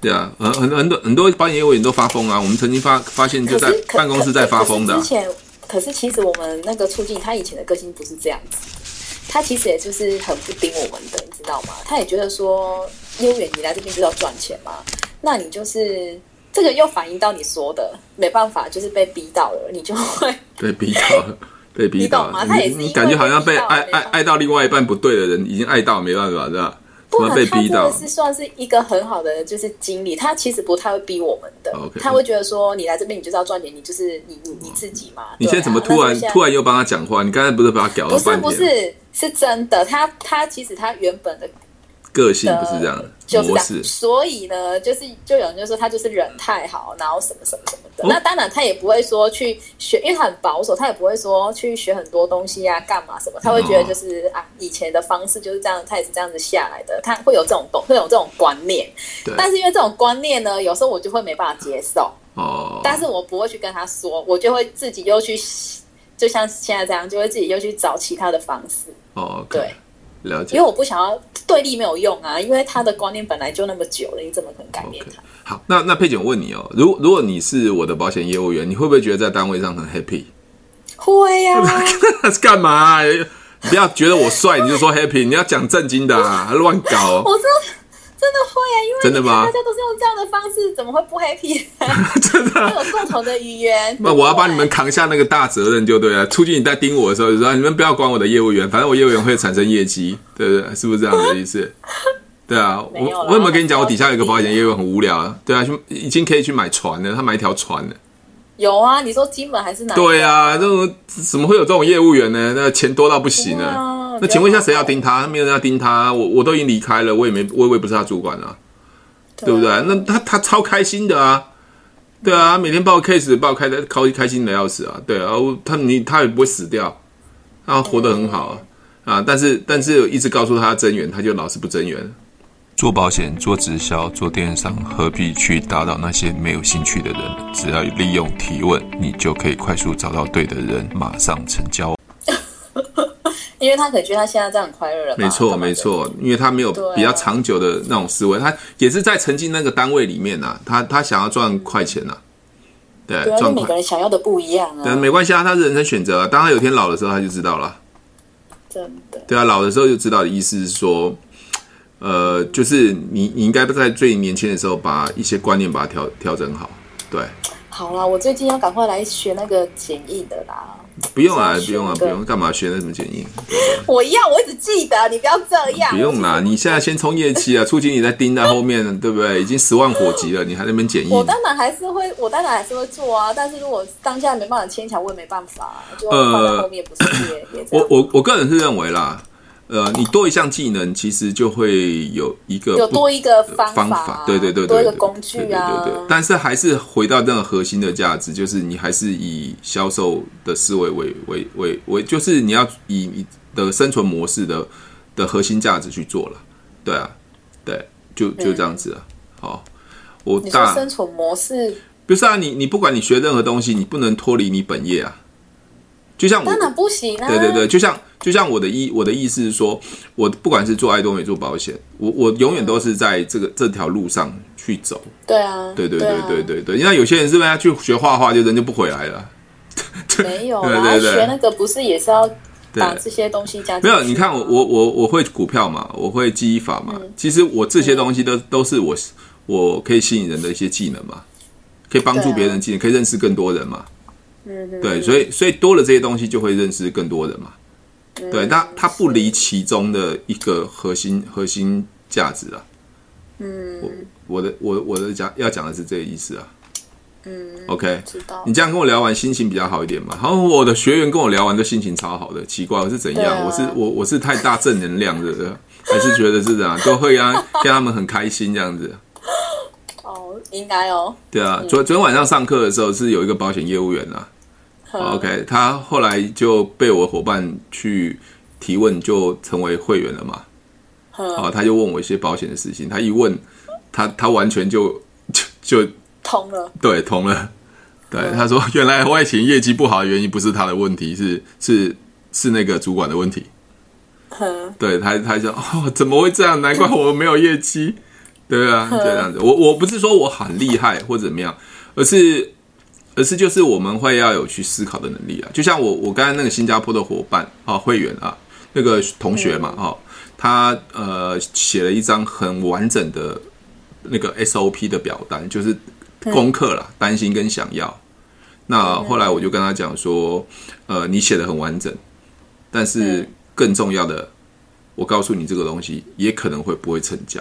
S1: 对啊，很很很多很多保险业务员都发疯啊。我们曾经发发现就
S2: 可
S1: 在
S2: 是可
S1: 办公室在发疯的啊、
S2: 可是之前，可是其实我们那个促进他以前的个性不是这样子，他其实也就是很不盯我们的，你知道吗？他也觉得说，业务员你来这边就是要赚钱嘛，那你就是这个又反映到你说的，没办法，就是被逼到了，你就
S1: [LAUGHS]
S2: 会
S1: 被逼到
S2: [LAUGHS]
S1: 了，被逼到
S2: 你懂吗
S1: 了。
S2: 他也是
S1: 你你
S2: 因
S1: 感觉
S2: 为
S1: 好像
S2: 被
S1: 被
S2: 逼到
S1: 爱
S2: 没
S1: 爱
S2: 办法
S1: 爱到另外一半不对的人，已经爱到没办法，是吧？怎
S2: 不
S1: 么
S2: 然
S1: 被
S2: 他
S1: 逼
S2: 真的
S1: 到？
S2: 是算是一个很好的就是经理，他其实不太会逼我们的
S1: OK
S2: 他会觉得说你来这边你就是要赚钱，你就是你你你自己嘛。
S1: 你现在怎么
S2: 对啊
S1: 突然、
S2: 那现在
S1: 突然又帮他讲话？你刚才不是把他屌
S2: 不
S1: 了
S2: 是
S1: 半
S2: 不
S1: 天？
S2: 是是真的，他他其实他原本的
S1: 个性不是这样，
S2: 就是
S1: 模
S2: 这
S1: 式
S2: 样，所以呢，就是就有人就说他就是人太好，然后什么什么什么的。
S1: 哦
S2: 那当然他也不会说去学，因为他很保守，他也不会说去学很多东西啊，干嘛什么。
S1: 嗯
S2: 他会觉得就是、啊，以前的方式就是这样，他也是这样子下来的，他会有这种懂，会有这种观念。
S1: 对
S2: 但是因为这种观念呢，有时候我就会没办法接受，
S1: 哦。
S2: 但是我不会去跟他说，我就会自己又去，就像现在这样，就会自己又去找其他的方式。
S1: 哦，
S2: 对，
S1: 了解
S2: 因为。我不想要对立没有用啊，因为他的观念本来就那么久了，你怎么可能改变
S1: OK，
S2: 他？
S1: 好，那那佩姐，我问你哦，如如果你是我的保险业务员，你会不会觉得在单位上很 happy？ [LAUGHS]
S2: 会啊呀、
S1: 干嘛啊、你不要觉得我帅你就说 happy，你要讲正经的啊，乱搞哦、
S2: 我真的真的会啊，因为
S1: 真的
S2: 你看
S1: 吗
S2: 大家都是用这样的方式，怎么会不
S1: [LAUGHS]
S2: happy？真的、都有共同的语言。
S1: 啊那我要帮你们
S2: 对
S1: 扛下那个大责任就对了。促进你在盯我的时候，就说你们不要管我的业务员，反正我业务员会产生业绩，对不对？是不是这样的意
S2: [LAUGHS]
S1: 思？对啊，我
S2: 没有啦
S1: 我有没有跟你讲，我底下有一个保险业务员很无聊啊？对啊，去已经可以去买船了，他买一条船了。
S2: 有啊，你说金门还是哪？
S1: 对，啊，这种怎么会有这种业务员呢？那钱多到不行
S2: 对啊
S1: 呢。那请问一下，谁要盯他？哦没有人要盯他，我我都已经离开了，我也没我我也不是他主管啊。对不对？那他他超开心的啊，对啊，每天报 case 报开的高开心的要死啊，对啊，我他你他也不会死掉，他活得很好啊。啊！但是但是一直告诉他增援，他就老是不增援。
S3: 做保险、做直销、做电商，何必去打扰那些没有兴趣的人？只要利用提问，你就可以快速找到对的人，马上成交。啊
S2: 因为他可能觉得他现在这样很快乐了吧。
S1: 没错
S2: 干嘛的
S1: 没。错，因为他没有
S2: 对啊
S1: 比较长久的那种思维，他也是在沉浸那个单位里面啊，他他想要赚快钱呐、啊，对，
S2: 对啊，就
S1: 赚
S2: 每个
S1: 快，
S2: 人想要的不一样
S1: 但
S2: 啊，
S1: 没关系啊，他是人生选择啊。当他有一天老的时候，他就知道了。
S2: 真的。
S1: 对啊，老的时候就知道的意思是说，呃，就是你你应该在最年轻的时候把一些观念把它调调整好。对，
S2: 好啦，我最近要赶快来学那个简易的啦。
S1: 不用啊，
S2: 是
S1: 不用啊，
S2: 是
S1: 不用，干嘛学那什么剪映？
S2: 我要，我一直记得，你不要这样。
S1: 不用啦，你现在先冲业绩啊，促进你在盯在后面，对不对？已经十万火急了，你还在那边剪映？
S2: 我当然还是会，我当然还是会做啊，但是如果当下没办法牵强，我也没办法啊，就放在后面不是也、也这
S1: 呃我
S2: 样。
S1: 我我个人是认为啦，呃，你多一项技能，其实就会有一个
S2: 有
S1: 不
S2: 多一个方
S1: 方
S2: 法、啊
S1: 法，对对对对，
S2: 多一个
S1: 对
S2: 工具啊，
S1: 对对对对。但是还是回到那个核心的价值，就是你还是以销售的思维为为为为，就是你要以你的生存模式的的核心价值去做了，对啊，对，就就这样子啊。好，我
S2: 你说
S1: 大
S2: 生存模式，
S1: 不是啊，你你不管你学任何东西，你不能脱离你本业啊。就像我
S2: 当然不行啊，
S1: 对对对，，就像就像我的意我的意思是说，我不管是做爱多美做保险，我我永远都是在这个这条路上去走。
S2: 对啊，
S1: 对对对
S2: 啊
S1: 对对对，因为有些人是不是他去学画画就人就不回来了？
S2: 没有
S1: 对
S2: 啦，
S1: 对对
S2: 学那个不是也是要把
S1: 对
S2: 这些东西加进去
S1: 没
S2: 吗
S1: 有，你看我我我我会股票嘛，我会记忆法嘛，其实我这些东西都都是我我可以吸引人的一些技能嘛，可以帮助
S2: 对啊
S1: 别人技能，可以认识更多人嘛。
S2: 嗯嗯
S1: 对，所以所以多了这些东西就会认识更多人嘛。对，但它不离其中的一个核心核心价值啊。嗯，我我的我我的讲要讲的是这个意思啊。嗯，OK，
S2: 知道
S1: 你这样跟我聊完，心情比较好一点嘛？好，我的学员跟我聊完都心情超好的，奇怪，我是怎
S2: 对
S1: 样？
S2: 啊
S1: 我是我我是太大正能量了的，还是觉得是这样，都会让让他们很开心这样子。
S2: 哦，应该哦，
S1: 对啊，昨昨天晚上上课的时候是有一个保险业务员啊，OK，他
S2: 嗯
S1: 后来就被我伙伴去提问，就成为会员了嘛。
S2: 嗯，
S1: 啊，他就问我一些保险的事情，他一问，他他完全就就就
S2: 通了，
S1: 对通了。对，他说原来外勤业绩不好的原因不是他的问题，是是是那个主管的问题。
S2: 哼，
S1: 对他，他就哦，怎么会这样？难怪我没有业绩。对啊，就这样子。我我不是说我很厉害或怎么样，而是而是就是我们会要有去思考的能力啊。就像我我刚才那个新加坡的伙伴啊，会员啊，那个同学嘛，哈、他呃写了一张很完整的那个 SOP 的表单，就是功课啦，担心跟想要。那后来我就跟他讲说，呃，你写的很完整，但是
S2: 嗯
S1: 更重要的，我告诉你这个东西也可能会不会成交。